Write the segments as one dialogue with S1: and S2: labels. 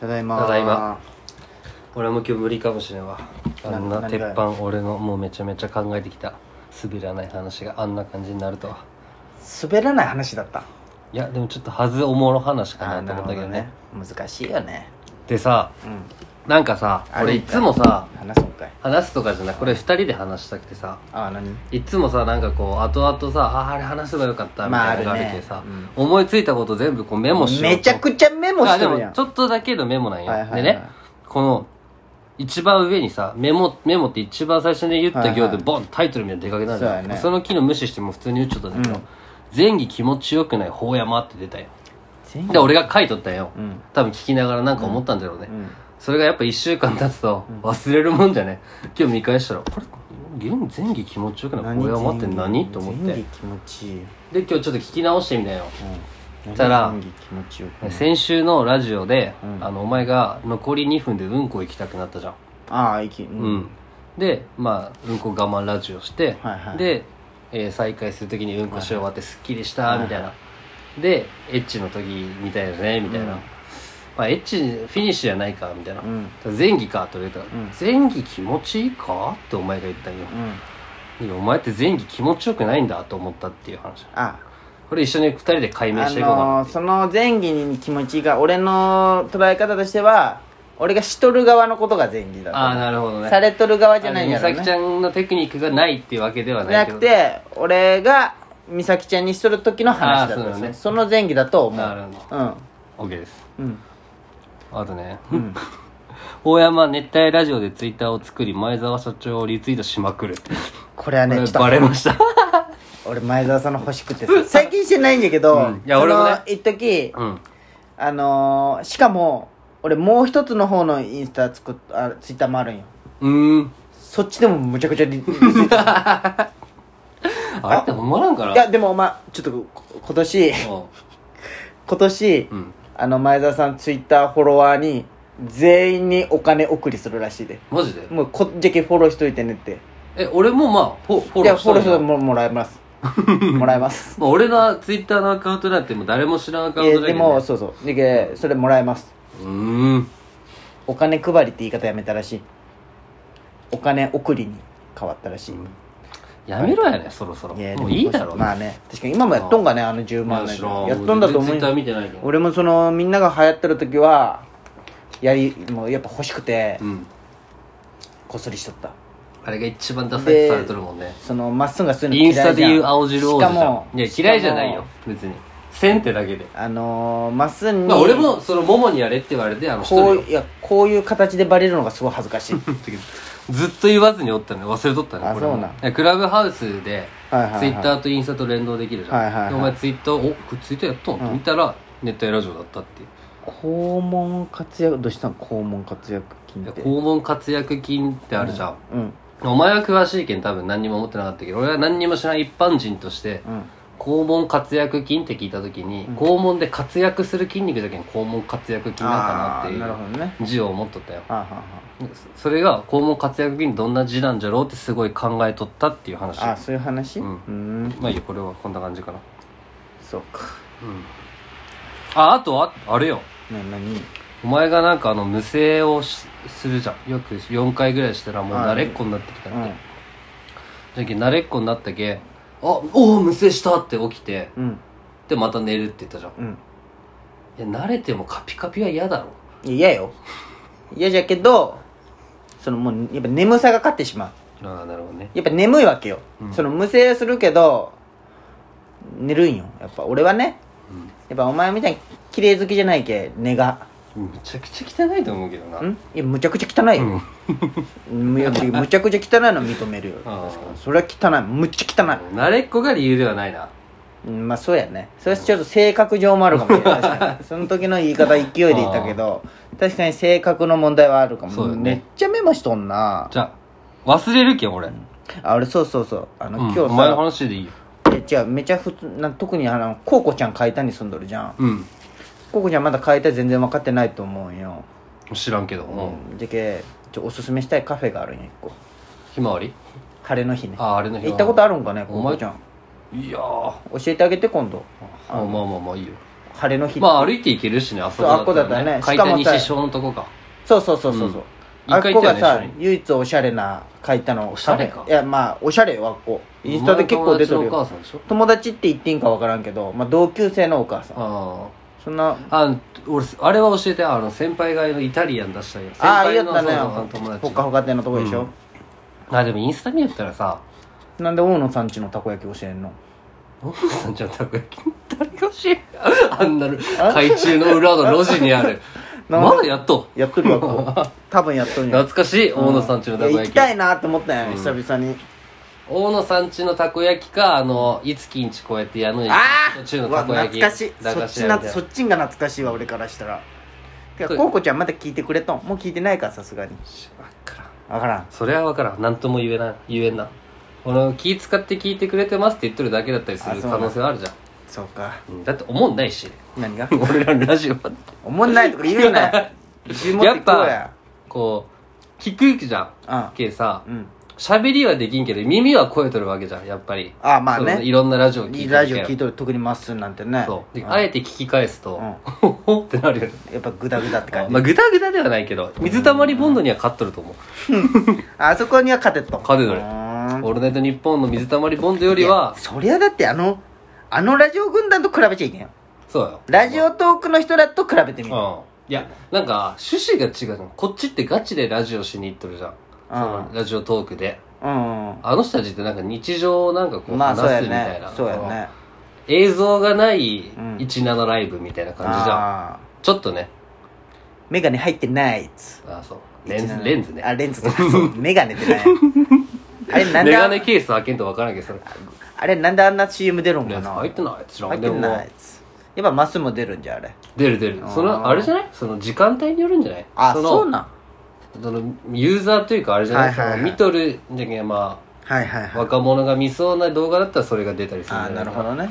S1: ただいま
S2: ただいま俺はもう今日無理かもしれんわあんな
S1: な
S2: 鉄
S1: 何
S2: 板
S1: が
S2: 俺のもうめちゃめちゃ考えてきた滑らない話があんな感じになるとは
S1: 滑らない話だった
S2: いやでもちょっとはずおもろ話かなと思ったけどね
S1: 難しいよね
S2: でさ
S1: うん
S2: なんかさ
S1: あ
S2: 俺
S1: れ
S2: いつもさ
S1: 話そうかい
S2: 話すとかじゃなくこれ2人で話したくてさ
S1: ああ何
S2: いつもさなんかこう後々さあーあれ話せばよかったみたいなのがあるけど
S1: まあ
S2: さ
S1: あるね、
S2: 思いついたこと全部こうメモしようと
S1: めちゃくちゃメモし
S2: あ
S1: て
S2: で
S1: るや
S2: も
S1: ん
S2: ちょっとだけのメモなんよ、
S1: はいはいはい
S2: でねこの一番上にさメモメモって一番最初に言った行
S1: はい
S2: で
S1: はい
S2: ボン、タイトルみたいなの出かけたんだ
S1: そ
S2: よそ,、
S1: うやね
S2: の機能無視しても普通に打っちゃったんだけど、
S1: うん
S2: 前儀気持ちよくない法山って出たよ
S1: 全
S2: で俺が書いとったんよ、
S1: うん
S2: 多分聞きながらなんか思ったんだろうね、
S1: うん
S2: それがやっぱ1週間経つと忘れるもんじゃね今日見返したらこれ前儀気持ちよくない法山って何と思っ
S1: 前儀
S2: て
S1: 気持ちいいよ
S2: で今日ちょっと聞き直してみたよ、
S1: うん
S2: たら
S1: 前儀気持ちよくない
S2: 先週のラジオで、
S1: うん
S2: あのお前が残り2分でうんこ行きたくなったじゃん、
S1: ああ息うん
S2: うんでまあうんこ我慢ラジオして、
S1: はいはい
S2: で、えー再開する時にうんこし終わってすっきりした、
S1: はいはい
S2: みたいなでエッチの時みたいだねみたいな、
S1: うん
S2: まあエッチフィニッシュじゃないかみたいな、
S1: うんうん
S2: 前儀かと言われたら、
S1: ん
S2: 前儀気持ちいいかってお前が言ったんよ、いやお前って前儀気持ちよくないんだと思ったっていう話
S1: あ
S2: これ一緒に二人で解明
S1: あ
S2: していこうかな
S1: のーその前儀に気持ちが俺の捉え方としては俺がしとる側のことが前儀だと
S2: ああーなるほどね
S1: されとる側じゃないんや
S2: 美
S1: ろ
S2: 咲ち
S1: ね
S2: ゃんのテクニックがないっていうわけでは
S1: じゃな
S2: な
S1: い
S2: け
S1: く
S2: ど
S1: て俺が美咲ちゃんにしとる時の話だったん
S2: あー
S1: で
S2: そ
S1: す
S2: う
S1: ね
S2: だ
S1: そ
S2: ね
S1: の前儀だと思う
S2: なるほ
S1: うん
S2: ど OK です
S1: うん
S2: あとね
S1: うん
S2: 大山熱帯ラジオでツイッターを作り前澤社長をリツイートしまくる
S1: これは
S2: こ
S1: ね
S2: れ
S1: ちょっと
S2: バレました
S1: 俺前澤さんの欲しくてさ 最近してないんだけど、
S2: うんいや俺もね
S1: その一時
S2: うん
S1: あのー、しかも俺もう一つの方のインスタ作っあツイッターもあるんよ
S2: うーん
S1: そっちでもむちゃくちゃ リリツイート
S2: あれってほんまなんかない
S1: やでもまあちょっとこ今年今年、
S2: うん
S1: あの前澤さんツイッターフォロワーに全員にお金送りするらしいで
S2: マジで
S1: もうこっじゃけフォローしといてねって
S2: え俺もまあフォ
S1: い
S2: フォロ
S1: や
S2: ーし
S1: フォ
S2: た
S1: ローし
S2: の
S1: といてももらえます もらえます
S2: まあ俺のツイッターのアカウントなんてもう誰も知らんアカウン
S1: え
S2: トだ
S1: で
S2: けど、ね、
S1: もそうそうでけそれもらえます
S2: うーん
S1: お金配りって言い方やめたらしいお金送りに変わったらしい、
S2: やめろやねそろそろ
S1: いや
S2: もういいだろ、
S1: まあね確かに今もやっとんかねあの10
S2: まあ
S1: 万の
S2: 知らん
S1: やっとんだと思
S2: ツ
S1: う
S2: イッター
S1: よ
S2: 見てないけど
S1: 俺もそのみんなが流行ってる時はやりもうやっぱ欲しくて
S2: うん
S1: こっそりしとった
S2: あれが一番ダサいってされとるもんね
S1: そのまっすぐがそういうの
S2: イ
S1: 嫌いじゃん
S2: ンスタで言う青汁
S1: し
S2: 王子
S1: か
S2: じゃ
S1: も
S2: んいや嫌いじゃない
S1: し
S2: よ
S1: かも
S2: 別にせんってだけで
S1: あのー、まっすぐに、
S2: まあ俺もそのももにやれって言われてあの一
S1: こ
S2: 人
S1: ういやこういう形でバレるのがすごい恥ずか しい
S2: ずっと言わずにおったのよ忘れとったね
S1: あ
S2: これも
S1: そうなん
S2: いやクラブハウスで
S1: はいはいはい
S2: ツイッターとインスタと連動できるじゃん、
S1: はいはいはい
S2: でお前ツイッターおこれツイッターやっとん、って見たら熱帯ラジオだったっていう
S1: 肛門活躍どうしたん肛門活躍
S2: い
S1: 筋
S2: や
S1: って
S2: 肛門活躍筋ってあるじゃん、
S1: うん
S2: お前は詳しいけん多分何にも思ってなかったけど俺は何にも知らない一般人として
S1: うん
S2: 肛門活躍筋って聞いた時に、
S1: うん
S2: 肛門で活躍する筋肉だけに肛門活躍筋なんかなって
S1: あー
S2: いう
S1: なるほどね
S2: 字を思っとったよ
S1: はあ、はあは
S2: それが肛門活躍筋どんな字なんじゃろうってすごい考えとったっていう話
S1: あ、あそういう話
S2: うん
S1: ん
S2: まあいいよこれはこんな感じかな
S1: そうか
S2: うんああとはあれよ
S1: な何
S2: お前がなんかあの無声をしするじゃんよく4回ぐらいしたらもう慣れっこになってきたって、じゃんけん慣れっこになったけんあおお無声したって起きて
S1: うんうん
S2: でまた寝るって言ったじゃん
S1: うん
S2: いや慣れてもカピカピは嫌だろ
S1: いや嫌よ嫌じゃけどそのもうやっぱ眠さが勝ってしまう
S2: ああなるほどね
S1: やっぱ眠いわけよ、
S2: うん
S1: その無声するけど寝るんよやっぱ俺はねやっぱお前みたいに綺麗好きじゃないけ寝が
S2: うんめちゃくちゃ汚いと思うけどなん
S1: いやむちゃくちゃ汚いよ、むやっぱりむちゃくちゃ汚いのは認めるよ
S2: あー
S1: 確かにそれは汚いむっちゃ汚い
S2: 慣れっこが理由ではないな
S1: うんまあそうやねそれはちょっと性格上もあるかもしれない確かに その時の言い方勢いで言ったけど確かに性格の問題はあるかも
S2: そうよね
S1: めっちゃメモしとんな
S2: じゃあ忘れるけん俺、
S1: あ俺そうそうそうあ
S2: う
S1: の、
S2: ん、
S1: 今
S2: お前の
S1: 日
S2: 話でいいよ
S1: さ違うめちゃ普通な特にあのコウコちゃん書いたに住んどるじゃん
S2: うん
S1: コウコちゃんまだ書いた全然分かってないと思うんよ、
S2: 知らんけど、
S1: う
S2: うん
S1: ん、じゃけちょおすすめしたいカフェがあるんよ一個
S2: ひまわり
S1: 晴れの日ね
S2: ああれの
S1: 行ったこと
S2: あ
S1: あるんかね
S2: お
S1: コウ
S2: 前
S1: コちゃん
S2: いやー
S1: 教えてあげて今度
S2: あまあまあまあいいよ
S1: 晴れの日
S2: まあ歩いて行けるしねあそこ
S1: そうあっこだったらね
S2: 海
S1: しか
S2: 底
S1: もさ
S2: 西小のとこか
S1: そうそうそうそうそう、
S2: うん
S1: あっこが
S2: 一回行った
S1: さ
S2: よね一緒に
S1: 唯一おしゃれな書いたの
S2: おしゃれか
S1: いやまあおしゃれよあっこインスタで結構出て
S2: お
S1: る
S2: 前の友達のお母
S1: よ
S2: さんでしょ
S1: 友達って言っていいんか分からんけど、まあ、同級生のお母さん
S2: ああ
S1: そんな
S2: あ俺あれは教えてあの先輩がのイタリアン出したよ先
S1: ああ
S2: 輩
S1: 言っ
S2: の
S1: たね
S2: そうそう友達
S1: ほかほか店のとこでしょ、
S2: あでもインスタ見よったらさ
S1: なんで大野さんちのたこ焼き教えんの
S2: お父さんちゃんたこ焼き誰が教えるあんなの海中の裏の路地にある
S1: なん
S2: まだやっと
S1: やっとるよあ っこ多分やっとるよ
S2: 懐かしい大野さんちのたこ
S1: いや
S2: 焼
S1: 行
S2: き
S1: きたいなって思ったよ、久々に
S2: 大野さんちのたこ焼きかあのいつきんちこうやって矢野に途中の
S1: うわ
S2: たこ焼き
S1: 懐かしい
S2: 駄
S1: そ
S2: 菓
S1: っち
S2: 子屋み
S1: な
S2: たい
S1: そっちが懐かしいわ俺からしたらて
S2: そ
S1: か
S2: う
S1: こうこちゃんまだ聞いてくれとんもう聞いてないからさすがに
S2: わからん
S1: 分からん
S2: それは分からん何とも言えない言えんな俺の気使って聞いてくれてますって言っとるだけだったりす
S1: あ
S2: る
S1: そうな
S2: 可
S1: ん
S2: 能性はあるじゃん
S1: そうか
S2: うんだって思んな いし
S1: 何が
S2: 俺らのラジオは
S1: おもんないとか言うな よ自持ってこうや
S2: こう聞くじゃ
S1: うん
S2: んけさ
S1: うん
S2: 喋りはできんけど耳は超えとるわけじゃんやっぱり
S1: あまあ
S2: そのい
S1: ね
S2: ろんなラジオ聞いてるけん
S1: ラジオ聞いとる特にまっすーなんてね
S2: そうで
S1: うん
S2: あえて聞き返すと
S1: うん
S2: 「ほほ」 ってなるよね
S1: やっぱグダグダって感じ
S2: まあグダグダではないけど水たまりボンドには勝っとると思う
S1: あそこには勝てっと
S2: 勝てとる
S1: うーん
S2: オールナイトニッポンの水たまりボンドよりはい
S1: やそりゃだってあのあのラジオ軍団と比べちゃいけんよ
S2: そうよ
S1: ラジオトークの人らと比べてみる
S2: うんいやなんか趣旨が違うじゃんこっちってガチでラジオしに行っとるじゃんそのラジオトークで
S1: うんうん
S2: あの人たちってなんか日常をなんかこう
S1: まあ
S2: 話
S1: そうや
S2: すみたい
S1: ね
S2: な
S1: そうやね
S2: 映像がない
S1: ん
S2: 17ライブみたいな感じじゃん
S1: ああ
S2: ちょっとね
S1: メガネ入ってないっつ
S2: あそうレンズレンズね
S1: あレンズとかそう メガネってないあれなん
S2: メ
S1: で
S2: ガネ
S1: あ
S2: ケース開けんと分からんけどそれ
S1: あれなんであんな CM 出るん
S2: レ
S1: か
S2: ンズ
S1: な
S2: 入ってない知ら
S1: 入
S2: ん
S1: って
S2: でも
S1: ないっつやっぱマスも出るんじゃあれ
S2: 出る出るそのあれじゃないその時間帯によるんじゃない
S1: あ
S2: の
S1: そうなん
S2: そのユーザーというかあれじゃない,、
S1: はいはいはい
S2: その見とるんじゃけんま
S1: はいはい
S2: あ
S1: はい
S2: 若者が見そうな動画だったらそれが出たりするん
S1: あ
S2: じゃ
S1: なる
S2: い
S1: ほどね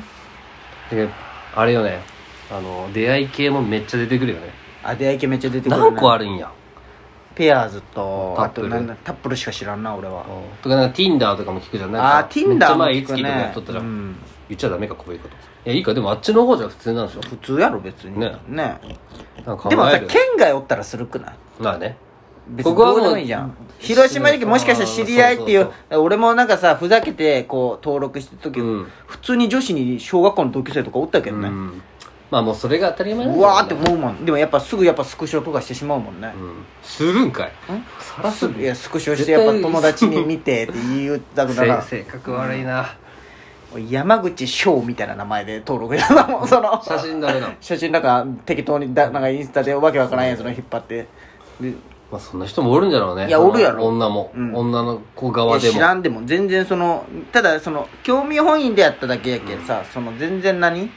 S2: であれよねあの出会い系もめっちゃ出てくるよね
S1: あ出会い系めっちゃ出てくるね
S2: 何個あるんや
S1: ペアーズと
S2: タ
S1: あ
S2: ップ
S1: と
S2: ル
S1: なんだタップルしか知らんな俺は
S2: とかなんか Tinder とかも聞くじゃんなんか
S1: あー Tinder も
S2: めっ
S1: 聞
S2: ちゃ
S1: く
S2: 前いつきとかや
S1: ね
S2: っとったじゃん、
S1: うん
S2: 言っちゃダメかこういうこといやいいかでもあっちの方じゃ普通なんでしょ
S1: 普通やろ別に
S2: ね
S1: ね
S2: なんか考
S1: でも
S2: え
S1: さ
S2: る
S1: 県外おったらするくない
S2: まあね
S1: 別
S2: こ
S1: に
S2: こは
S1: ど
S2: もう
S1: うでもいいじゃん広島時もしかしたら知り合いってい
S2: あー
S1: う
S2: そう
S1: 俺もなんかさふざけてこう登録してた時、
S2: うん
S1: 普通に女子に小学校の同級生とかおったけどね、う
S2: うんまあもうそれが当たり前なんだ
S1: わーって
S2: う、
S1: 思うもんでもやっぱすぐやっぱスクショとかしてしまうもんね、
S2: うん、するんかいさらす
S1: す
S2: ぐ
S1: ぐいやスクショしてやっぱ
S2: 絶対
S1: 友達に見てって言うたくなら
S2: せ性格悪いな、
S1: 山口翔みたいな名前で登録したもんその
S2: 写真ダメだもん
S1: 写真なんか適当にだなんかインスタでわけわからんやつの引っ張ってで
S2: まあそんな人もおるんじゃろうね
S1: いや
S2: その
S1: おるやろ
S2: 女も、
S1: うん
S2: 女の子
S1: い
S2: 側
S1: や
S2: でも
S1: 知らんでも全然そのただその興味本位でやっただけやけ、さその全然何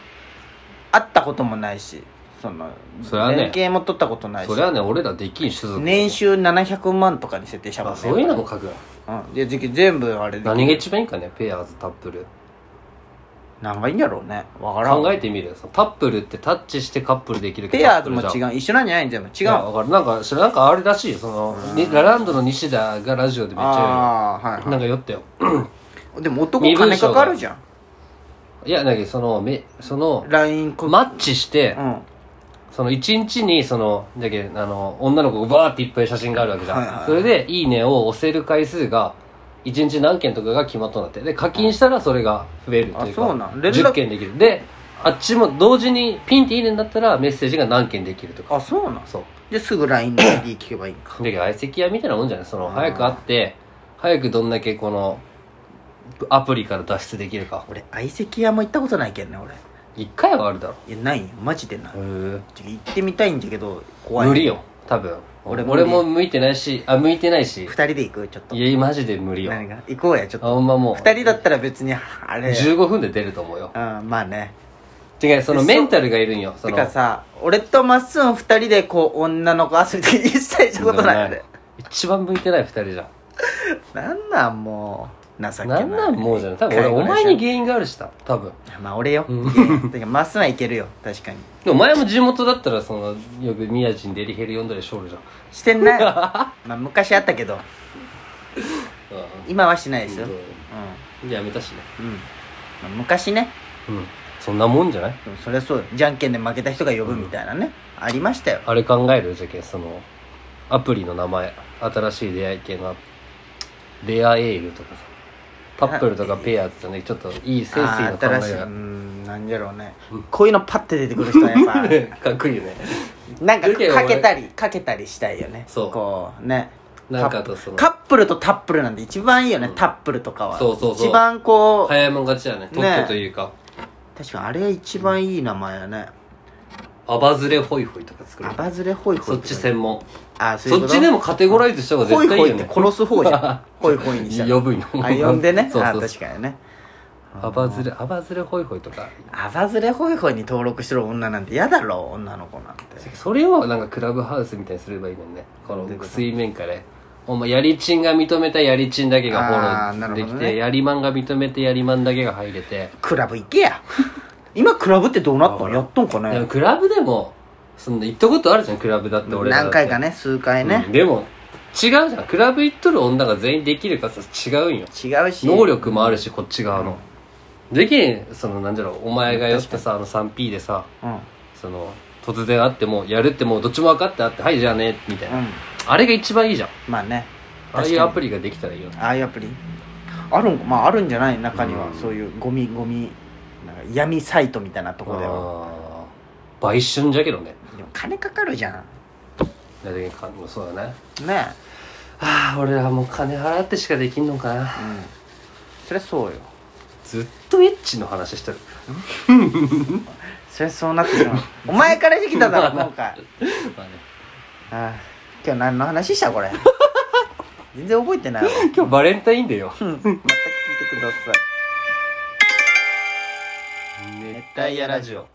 S1: 会ったこともないしその
S2: そりゃね
S1: 連携も取ったことないし
S2: それはね俺らできん種族
S1: 年収700万とかに設定したもん
S2: あ
S1: ね
S2: そういうのも書くよ
S1: うんでじき全部あれで
S2: 何が一番いいかねペアーズタップル
S1: 何がいいんやろうねわからん
S2: 考えてみるよそのタップルってタッチしてカップルできるけど
S1: ペアーズも
S2: タップ
S1: 違
S2: ルじゃん
S1: う一緒なんじゃないん全部違う
S2: いやわかるなんか知らんなんかあれらしいよそのにラランドの西田がラジオでめっちゃ
S1: ああーはい
S2: 言うよ
S1: は
S2: なんか酔ったよ
S1: いでも男
S2: 身分
S1: 金
S2: 証
S1: か
S2: が
S1: かるじゃん
S2: いやだけどそのめその
S1: LINE こ
S2: マッチして
S1: うんは
S2: その一日にそのじゃけあの女の子がバーっていっぱい写真があるわけじゃん、
S1: はいはいはい
S2: それで「いいね」を押せる回数が一日何件とかが決まっとんだってで課金したらそれが増えるというか、
S1: あそうなん連絡
S2: 10件できるであっちも同時にピンって「いいね」になったらメッセージが何件できるとか
S1: あそうなん
S2: そう
S1: ですぐ LINE の ID 聞けばいいんか
S2: だけど相席屋みたいなもんじゃないその
S1: ん
S2: 早く会って早くどんだけこのアプリから脱出できるか
S1: 俺相席屋も行ったことないけんね俺
S2: 一回はあるだろ
S1: いやないよマジでない
S2: へ
S1: ちょ行ってみたいんだけど怖い
S2: 無理よ多分
S1: 俺
S2: 俺
S1: 無理
S2: も向いてないしあ向いてないし
S1: 二人で行くちょっと
S2: いやマジで無理よ
S1: 何が行こうやちょっ
S2: あ
S1: と
S2: ほんまもう
S1: 二人だったら別にあれ
S2: 15分で出ると思うよ
S1: うんまあね
S2: 違うその
S1: そう
S2: メンタルがいるんよそ
S1: て
S2: の
S1: かさ俺とまっすん二人でこう女の子遊び で一切したことないあれ
S2: 一番向いてない2人じゃ
S1: なんなんもう情け
S2: ん
S1: な
S2: ないんなんもうじゃん多分俺お前に原因があるしな多分
S1: まあ俺よ
S2: うん
S1: いやてかまっすんはいけるよ確かに
S2: でもお前も地元だったらそのよく宮地にデリヘル呼んだりしょるじゃん
S1: してん ないまあ昔あったけど今はしないですよ
S2: うん
S1: う
S2: やめたしね
S1: んうんまあ昔ね
S2: うんそんなもんじゃない
S1: でもそりゃそうよじゃんけんで負けた人が呼ぶみたいなね、ありましたよ
S2: あれ考えるじゃけんそのアプリの名前新しい出会い系のレアエールとかさパップルとかペアってねちょっといいセンスいい
S1: あ
S2: の
S1: ー
S2: 考え
S1: 新しいうーんなんじゃろうね、こういうのパッて出てくる人はやっぱ
S2: がかっこいいよね
S1: なんか
S2: だけど
S1: か
S2: 俺
S1: けたりかけたりしたいよね
S2: そう
S1: こうね
S2: なんかあとその
S1: カップルとタップルなんて一番いいよね、タップルとかは
S2: そうそうそう
S1: 一番こう、
S2: 早いもん勝ちだね特
S1: ね
S2: 許というか
S1: 確かにあれ一番いい名前やね、
S2: アバズレホイホイとか作る
S1: アバズレホイホイ
S2: そってち専門
S1: あそういうこ
S2: そっ
S1: と
S2: ちでもカテゴライズした方が
S1: ホイ
S2: 絶対い
S1: ホ
S2: い
S1: イっ
S2: よ
S1: て
S2: ね
S1: 殺す方じゃん ホイホイにしたら
S2: 呼ぶんよ
S1: あ呼んでね
S2: そうそうそう
S1: あ確かにね
S2: アバズレアバズレホイホイとか
S1: アバズレホイホイに登録してる女なんて嫌だろ女の子なんて
S2: それをなんかクラブハウスみたいにすればいいのにねこの
S1: どういうこと
S2: 水面下でお前やりちんが認めたやりちんだけがフ
S1: あー
S2: ォ
S1: なる
S2: ローで
S1: ほ
S2: き
S1: ど
S2: て、
S1: ね
S2: やりまんが認めてやりまんだけが入れて、
S1: クラブ行けや 今クラブってどうなったのやっとんか
S2: で
S1: ね
S2: もクラブでもそんな行ったことあるじゃんクラブだって俺らだ
S1: 何
S2: って
S1: 回かね数回
S2: うん
S1: ね、
S2: でも違うじゃんクラブ行っとる女が全員できるかさ違うんよ
S1: 違うし
S2: 能力もあるしこっち側の、できんそのなんじゃろうお前がよってさあの 3P でさ
S1: うんうん
S2: その突然会ってもやるってもうどっちも分かってあってはいじゃあねみたいな、あれが一番いいじゃん
S1: まあね
S2: ああいうアプリができたらいいよね
S1: ああいうアプリあるんまああるんじゃない中には、
S2: うん
S1: そういうゴミゴミなんか闇サイトみたいなとこでは
S2: あー売春じゃけどね
S1: でも金かかるじゃ
S2: だけどかそうだね
S1: んね
S2: ああ俺らもう金払ってしかできんのかな
S1: えうんそりゃそうよ
S2: ずっとエッチの話してる
S1: そりゃそうなってしまうお前からしてきただろ今 回
S2: まあね
S1: ああ今日何の話した これ全然覚えてないわ
S2: 今日バレンタインデーよ
S1: うんまた聞いてください
S2: 熱帯夜ラジオ